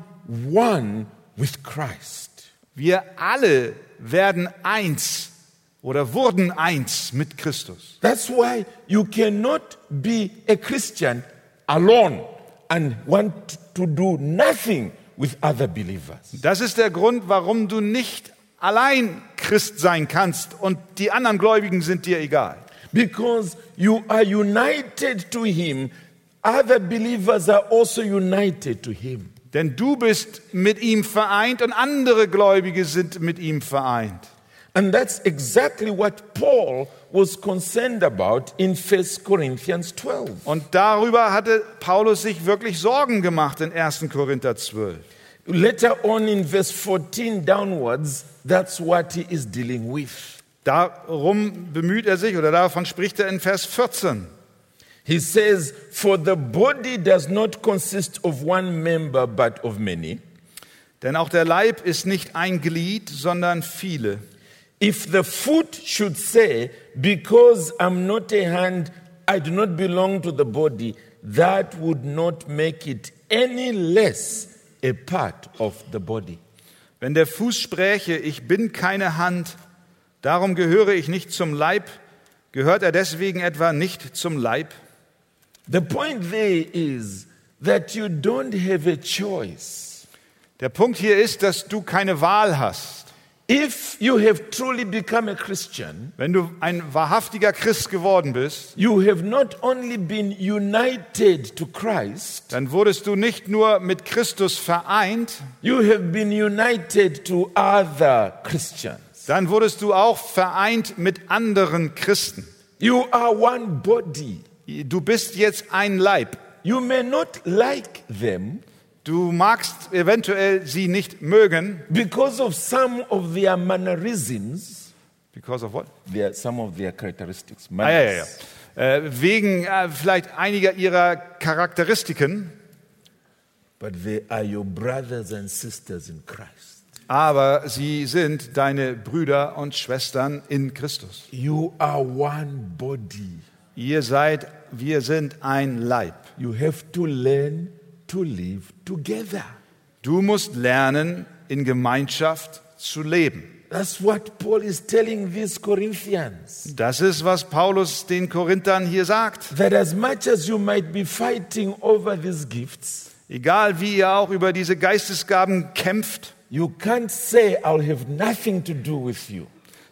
[SPEAKER 1] one with Christ.
[SPEAKER 2] Wir alle werden eins oder wurden eins mit Christus.
[SPEAKER 1] That's why you cannot be a Christian alone and want to do nothing with other believers.
[SPEAKER 2] Das ist der Grund, warum du nicht allein Christ sein kannst und die anderen Gläubigen sind dir egal.
[SPEAKER 1] Because you are united to Him, other believers are also united to Him.
[SPEAKER 2] Denn du bist mit ihm vereint und andere Gläubige sind mit ihm vereint.
[SPEAKER 1] And that's exactly what Paul was concerned about in 1 Corinthians 12.
[SPEAKER 2] Und darüber hatte Paulus sich wirklich Sorgen gemacht in 1. Korinther 12.
[SPEAKER 1] Later on in verse 14 downwards, that's what he is dealing with.
[SPEAKER 2] Darum bemüht er sich oder davon spricht er in Vers 14.
[SPEAKER 1] He says, For the body does not consist of one member, but of many.
[SPEAKER 2] Denn auch der Leib ist nicht ein Glied, sondern viele.
[SPEAKER 1] If the foot should say, Because I'm not a hand, I do not belong to the body, that would not make it any less a part of the body.
[SPEAKER 2] Wenn der Fuß spräche, ich bin keine Hand, darum gehöre ich nicht zum Leib, gehört er deswegen etwa nicht zum Leib?
[SPEAKER 1] The point there is that you don't have a choice.
[SPEAKER 2] Der Punkt hier ist, dass du keine Wahl hast.
[SPEAKER 1] If you have truly become a Christian,
[SPEAKER 2] Wenn du ein wahrhaftiger Christ geworden bist,
[SPEAKER 1] you have not only been united to Christ,
[SPEAKER 2] dann wurdest du nicht nur mit Christus vereint,
[SPEAKER 1] you have been united to other Christians.
[SPEAKER 2] dann wurdest du auch vereint mit anderen Christen.
[SPEAKER 1] You are one body.
[SPEAKER 2] Du bist jetzt ein Leib.
[SPEAKER 1] You may not like them
[SPEAKER 2] Du magst eventuell sie nicht mögen.
[SPEAKER 1] because of some of their mannerisms,
[SPEAKER 2] Because of what?
[SPEAKER 1] their, some of their characteristics.
[SPEAKER 2] Ah, ja, ja,
[SPEAKER 1] manners.
[SPEAKER 2] ja. Äh, wegen äh, vielleicht einiger ihrer Charakteristiken.
[SPEAKER 1] But they are your brothers and sisters in Christ.
[SPEAKER 2] Aber sie sind deine Brüder und Schwestern in Christus.
[SPEAKER 1] You are one body.
[SPEAKER 2] Ihr seid, wir sind ein Leib.
[SPEAKER 1] You have to learn to live together.
[SPEAKER 2] Du musst lernen, in Gemeinschaft zu leben.
[SPEAKER 1] That's what Paul is telling these Corinthians.
[SPEAKER 2] Das ist, was Paulus den Korinthern hier sagt.
[SPEAKER 1] That as much as you might be fighting over these gifts,
[SPEAKER 2] Egal wie ihr auch über diese Geistesgaben kämpft,
[SPEAKER 1] you can't say, I'll have nothing to do with you.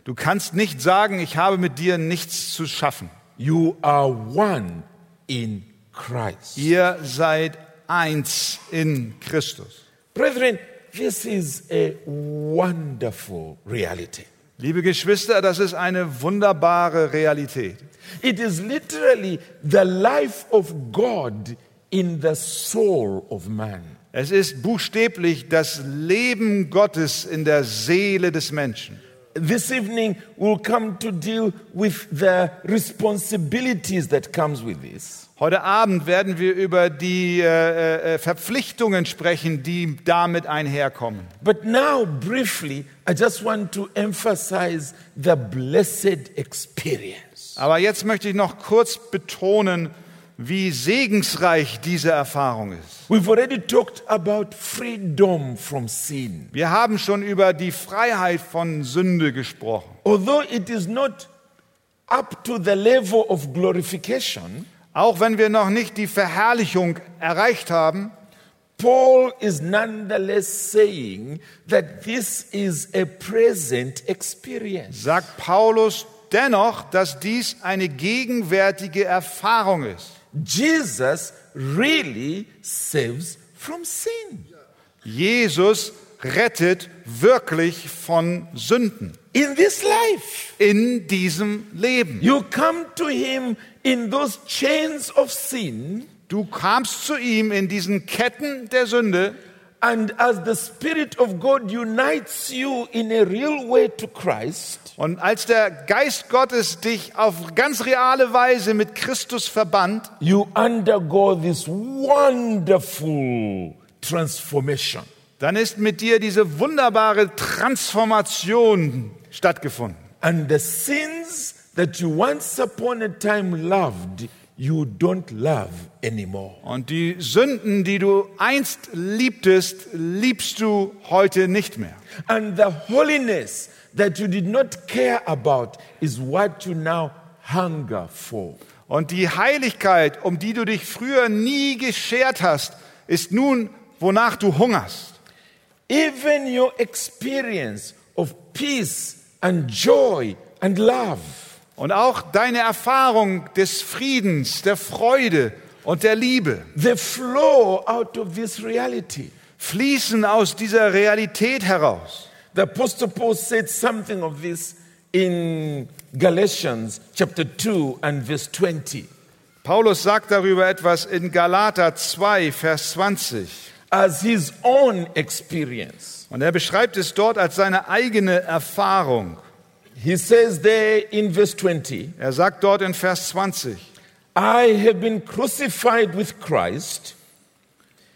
[SPEAKER 2] du kannst nicht sagen, ich habe mit dir nichts zu schaffen.
[SPEAKER 1] You are one in Christ.
[SPEAKER 2] Ihr seid eins in Christus.
[SPEAKER 1] Brethren, this is a wonderful reality.
[SPEAKER 2] Liebe Geschwister, das ist eine wunderbare Realität.
[SPEAKER 1] It is literally the life of God in the soul of man.
[SPEAKER 2] Es ist buchstäblich das Leben Gottes in der Seele des Menschen.
[SPEAKER 1] This evening we'll come to deal with the responsibilities that comes with this.
[SPEAKER 2] Heute Abend werden wir über die äh, äh, Verpflichtungen sprechen, die damit einherkommen.
[SPEAKER 1] But now briefly I just want to emphasize the blessed experience.
[SPEAKER 2] Aber jetzt möchte ich noch kurz betonen, wie segensreich diese Erfahrung ist.
[SPEAKER 1] We've already talked about freedom from sin.
[SPEAKER 2] Wir haben schon über die Freiheit von Sünde gesprochen.
[SPEAKER 1] Although it is not up to the level of glorification,
[SPEAKER 2] Auch wenn wir noch nicht die Verherrlichung erreicht haben,
[SPEAKER 1] Paul is nonetheless saying that this is a present experience.
[SPEAKER 2] sagt Paulus dennoch, dass dies eine gegenwärtige Erfahrung ist.
[SPEAKER 1] Jesus really saves from sin.
[SPEAKER 2] Jesus rettet wirklich von Sünden
[SPEAKER 1] In this life,
[SPEAKER 2] in diesem Leben.
[SPEAKER 1] you come to him in those chains of sin,
[SPEAKER 2] Du kamst zu ihm in diesen Ketten der Sünde
[SPEAKER 1] and as the Spirit of God unites you in a real way to Christ,
[SPEAKER 2] und als der Geist Gottes dich auf ganz reale Weise mit Christus verband,
[SPEAKER 1] you undergo this wonderful transformation.
[SPEAKER 2] dann ist mit dir diese wunderbare Transformation stattgefunden.
[SPEAKER 1] And the sins that you once upon a time loved, you don't love anymore.
[SPEAKER 2] Und die Sünden, die du einst liebtest, liebst du heute nicht mehr.
[SPEAKER 1] And the holiness that you did not care about is what you now hunger for.
[SPEAKER 2] Und die Heiligkeit, um die du dich früher nie geschert hast, ist nun, wonach du hungerst.
[SPEAKER 1] Even your experience of peace and joy and love
[SPEAKER 2] Und auch deine Erfahrung des Friedens, der Freude und der Liebe
[SPEAKER 1] they flow out of this reality.
[SPEAKER 2] fließen aus dieser Realität heraus.
[SPEAKER 1] The Apostle Paul said something of this in Galatians chapter 2 and verse 20.
[SPEAKER 2] Paulus sagt darüber etwas in Galater 2, Vers 20.
[SPEAKER 1] as his own experience.
[SPEAKER 2] Und er beschreibt es dort als seine eigene Erfahrung.
[SPEAKER 1] He says there in verse 20,
[SPEAKER 2] Er sagt dort in Vers 20,
[SPEAKER 1] I have been crucified with Christ.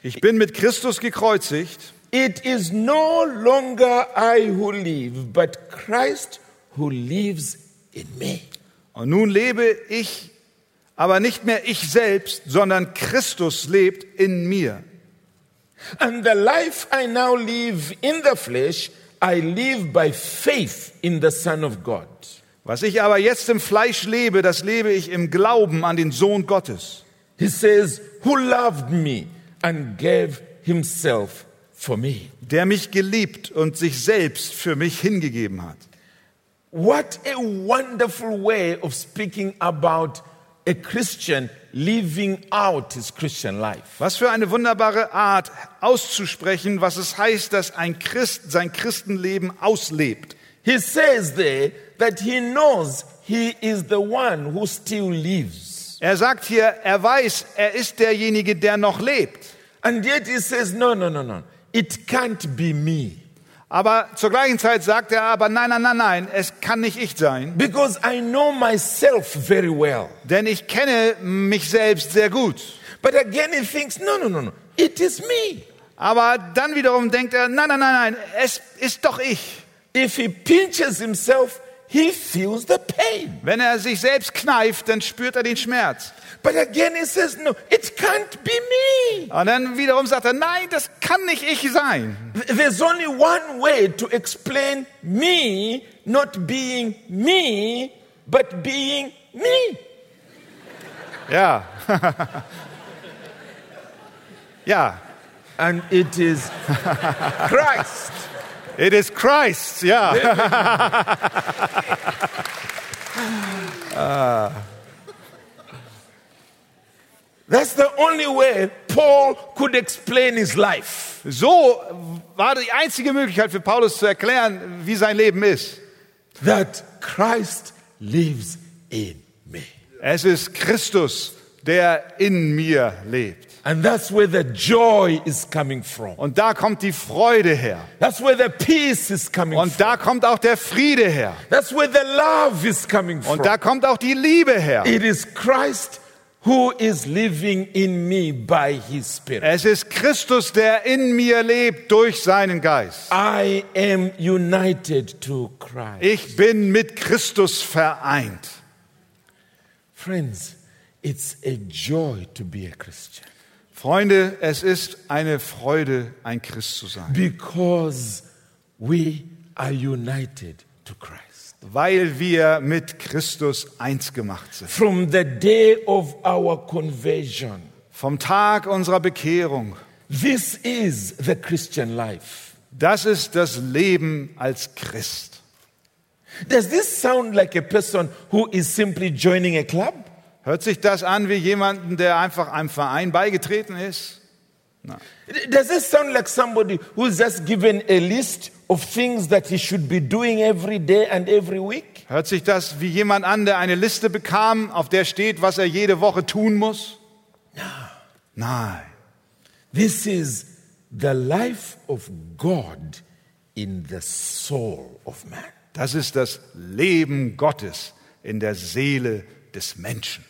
[SPEAKER 2] ich bin mit Christus gekreuzigt.
[SPEAKER 1] It is no longer I who live, but Christ who lives in me.
[SPEAKER 2] Und nun lebe ich, aber nicht mehr ich selbst, sondern Christus lebt in mir.
[SPEAKER 1] And the life I now live in the flesh, I live by faith in the Son of God,
[SPEAKER 2] Was ich aber jetzt im Fleisch lebe, das lebe ich im Glauben an den Sohn Gottes,
[SPEAKER 1] He says, who loved me and gave himself for me.
[SPEAKER 2] der mich geliebt und sich selbst für mich hingegeben hat.
[SPEAKER 1] What a wonderful way of speaking about a Christian living out his Christian life.
[SPEAKER 2] Was für eine wunderbare Art auszusprechen, was es heißt, dass ein Christ sein Christenleben auslebt.
[SPEAKER 1] He says there that he knows he is the one who still lives.
[SPEAKER 2] Er sagt hier, er weiß, er ist derjenige, der noch lebt.
[SPEAKER 1] And yet he says, No, no, no, no. It can't be me
[SPEAKER 2] Aber zur gleichen Zeit sagt er aber, nein, nein, nein, nein, es kann nicht ich sein,
[SPEAKER 1] because I know myself very well.
[SPEAKER 2] denn ich kenne mich selbst sehr gut.
[SPEAKER 1] But again, he thinks, No, no, no, no. It is me.
[SPEAKER 2] Aber dann wiederum denkt er, nein, nein, nein, nein, es ist doch ich.
[SPEAKER 1] If he pinches himself, he feels the pain.
[SPEAKER 2] Wenn er sich selbst kneift, dann spürt er den Schmerz.
[SPEAKER 1] But again, he says, No, it can't be me.
[SPEAKER 2] Und dann wiederum sagt er, nein, das kann nicht ich sein.
[SPEAKER 1] Th- There's only one way to explain me not being me, but being me.
[SPEAKER 2] Ja. ja.
[SPEAKER 1] And it is Christ.
[SPEAKER 2] It is Christ, ja.
[SPEAKER 1] That's the only way Paul could explain his life.
[SPEAKER 2] So war die einzige Möglichkeit für Paulus zu erklären, wie sein Leben ist.
[SPEAKER 1] That Christ lives in me.
[SPEAKER 2] Es ist Christus, der in mir lebt.
[SPEAKER 1] And that's where the joy is coming from.
[SPEAKER 2] Und da kommt die Freude her.
[SPEAKER 1] That's where the peace is coming
[SPEAKER 2] Und
[SPEAKER 1] from.
[SPEAKER 2] da kommt auch der Friede her.
[SPEAKER 1] That's where the love is coming from.
[SPEAKER 2] Und da kommt auch die Liebe her.
[SPEAKER 1] It is Christ who is living in me by his Spirit.
[SPEAKER 2] Es ist Christus, der in mir lebt durch seinen Geist.
[SPEAKER 1] I am united to Christ.
[SPEAKER 2] Ich bin mit Christus vereint.
[SPEAKER 1] Friends, it's a joy to be a Christian
[SPEAKER 2] Freunde, es ist eine Freude, ein Christ zu sein,
[SPEAKER 1] because we are united to Christ.
[SPEAKER 2] weil wir mit Christus eins gemacht sind.
[SPEAKER 1] From the day of our conversion,
[SPEAKER 2] Vom Tag unserer Bekehrung.
[SPEAKER 1] this is the Christian life.
[SPEAKER 2] Das ist das Leben als Christ.
[SPEAKER 1] Does this sound like a person who is simply joining a club?
[SPEAKER 2] Hört sich das an wie jemanden, der einfach einem Verein beigetreten ist?
[SPEAKER 1] Does this sound like somebody who's just given a list of things that he should be doing every day and every week?
[SPEAKER 2] Hört sich das wie jemand an, der eine Liste bekam, auf der steht, was er jede Woche tun muss? Nein.
[SPEAKER 1] This is the life of God in the soul of man.
[SPEAKER 2] Das ist das Leben Gottes in der Seele des Menschen.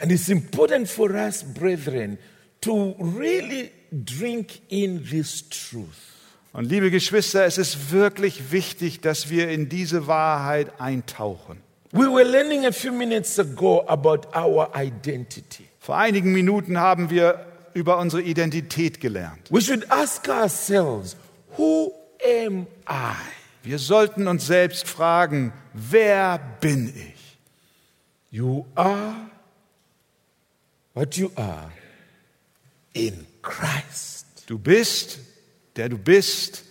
[SPEAKER 1] And it's important for us, brethren, to really drink in this truth.
[SPEAKER 2] Und liebe Geschwister, es ist wirklich wichtig, dass wir in diese Wahrheit eintauchen.
[SPEAKER 1] We were learning a few minutes ago about our identity.
[SPEAKER 2] Vor einigen Minuten haben wir über unsere Identität gelernt.
[SPEAKER 1] We should ask ourselves, who am I?
[SPEAKER 2] Wir sollten uns selbst fragen, wer bin ich?
[SPEAKER 1] You are what you are in Christ.
[SPEAKER 2] Du bist, der du bist,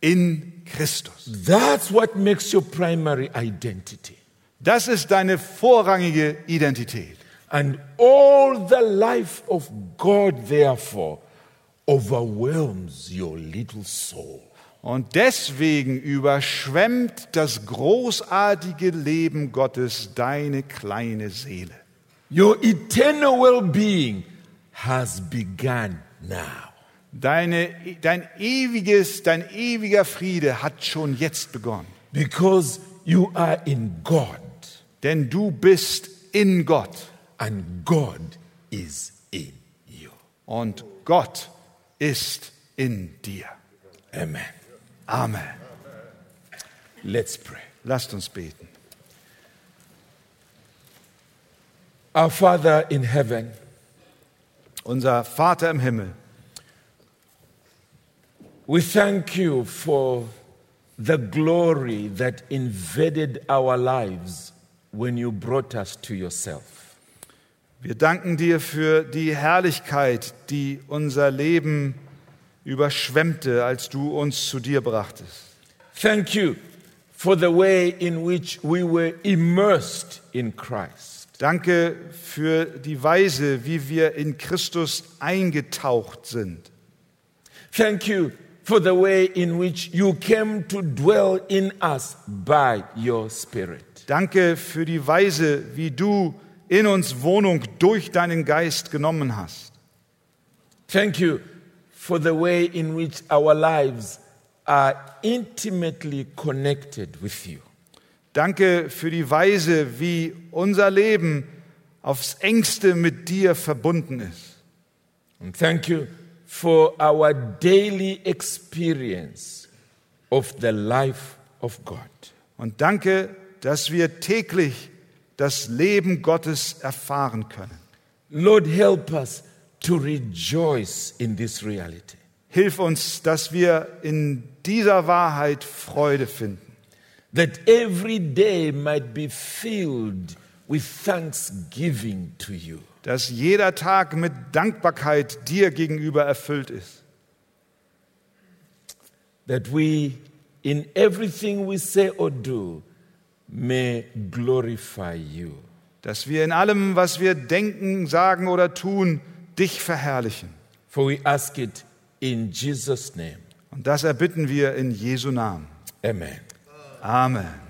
[SPEAKER 2] in Christus.
[SPEAKER 1] That's what makes your primary identity.
[SPEAKER 2] Das ist deine vorrangige Identität.
[SPEAKER 1] And all the life of God, therefore, overwhelms your little soul.
[SPEAKER 2] Und deswegen überschwemmt das großartige Leben Gottes deine kleine Seele.
[SPEAKER 1] Your eternal well being has begun now.
[SPEAKER 2] Deine, dein ewiges, dein ewiger Friede hat schon jetzt begonnen.
[SPEAKER 1] Because you are in God,
[SPEAKER 2] Denn du bist in Gott
[SPEAKER 1] and God is in you.
[SPEAKER 2] und Gott ist in dir.
[SPEAKER 1] Amen.
[SPEAKER 2] Amen.
[SPEAKER 1] Let's pray.
[SPEAKER 2] Lasst uns beten.
[SPEAKER 1] Our Father in heaven,
[SPEAKER 2] Unser Vater im Himmel,
[SPEAKER 1] We thank you for the glory that invaded our lives when you brought us to yourself.
[SPEAKER 2] Wir danken dir für die Herrlichkeit, die unser Leben überschwemmte, als du uns zu dir brachtest.
[SPEAKER 1] Thank you for the way in which we were immersed in Christ.
[SPEAKER 2] Danke für die Weise, wie wir in Christus eingetaucht sind.
[SPEAKER 1] Thank you for the way in which you came to dwell in us by your Spirit.
[SPEAKER 2] Danke für die Weise, wie du in uns Wohnung durch deinen Geist genommen hast.
[SPEAKER 1] Thank you for the way in which our lives are intimately connected with you.
[SPEAKER 2] Danke für die Weise, wie unser Leben aufs engste mit dir verbunden ist.
[SPEAKER 1] And thank you for our daily experience of the life of God.
[SPEAKER 2] Und danke, dass wir täglich das Leben Gottes erfahren können.
[SPEAKER 1] Lord, help us to rejoice in this reality.
[SPEAKER 2] Hilf uns, dass wir in dieser Wahrheit Freude finden,
[SPEAKER 1] that every day might be filled with thanksgiving to you.
[SPEAKER 2] dass jeder Tag mit Dankbarkeit dir gegenüber erfüllt ist,
[SPEAKER 1] That we, in everything we say or do, may glorify you.
[SPEAKER 2] dass wir in allem, was wir denken, sagen oder tun, dich verherrlichen.
[SPEAKER 1] For we ask it in Jesus' name.
[SPEAKER 2] Und das erbitten wir in Jesu Namen.
[SPEAKER 1] Amen.
[SPEAKER 2] Amen.